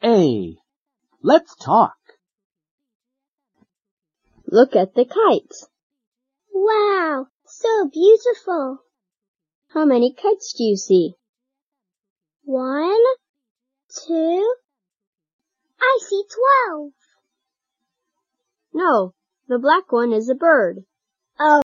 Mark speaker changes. Speaker 1: Hey, let's talk.
Speaker 2: Look at the kites.
Speaker 3: Wow, so beautiful.
Speaker 2: How many kites do you see?
Speaker 3: One, two, I see twelve.
Speaker 2: No, the black one is a bird.
Speaker 3: Oh.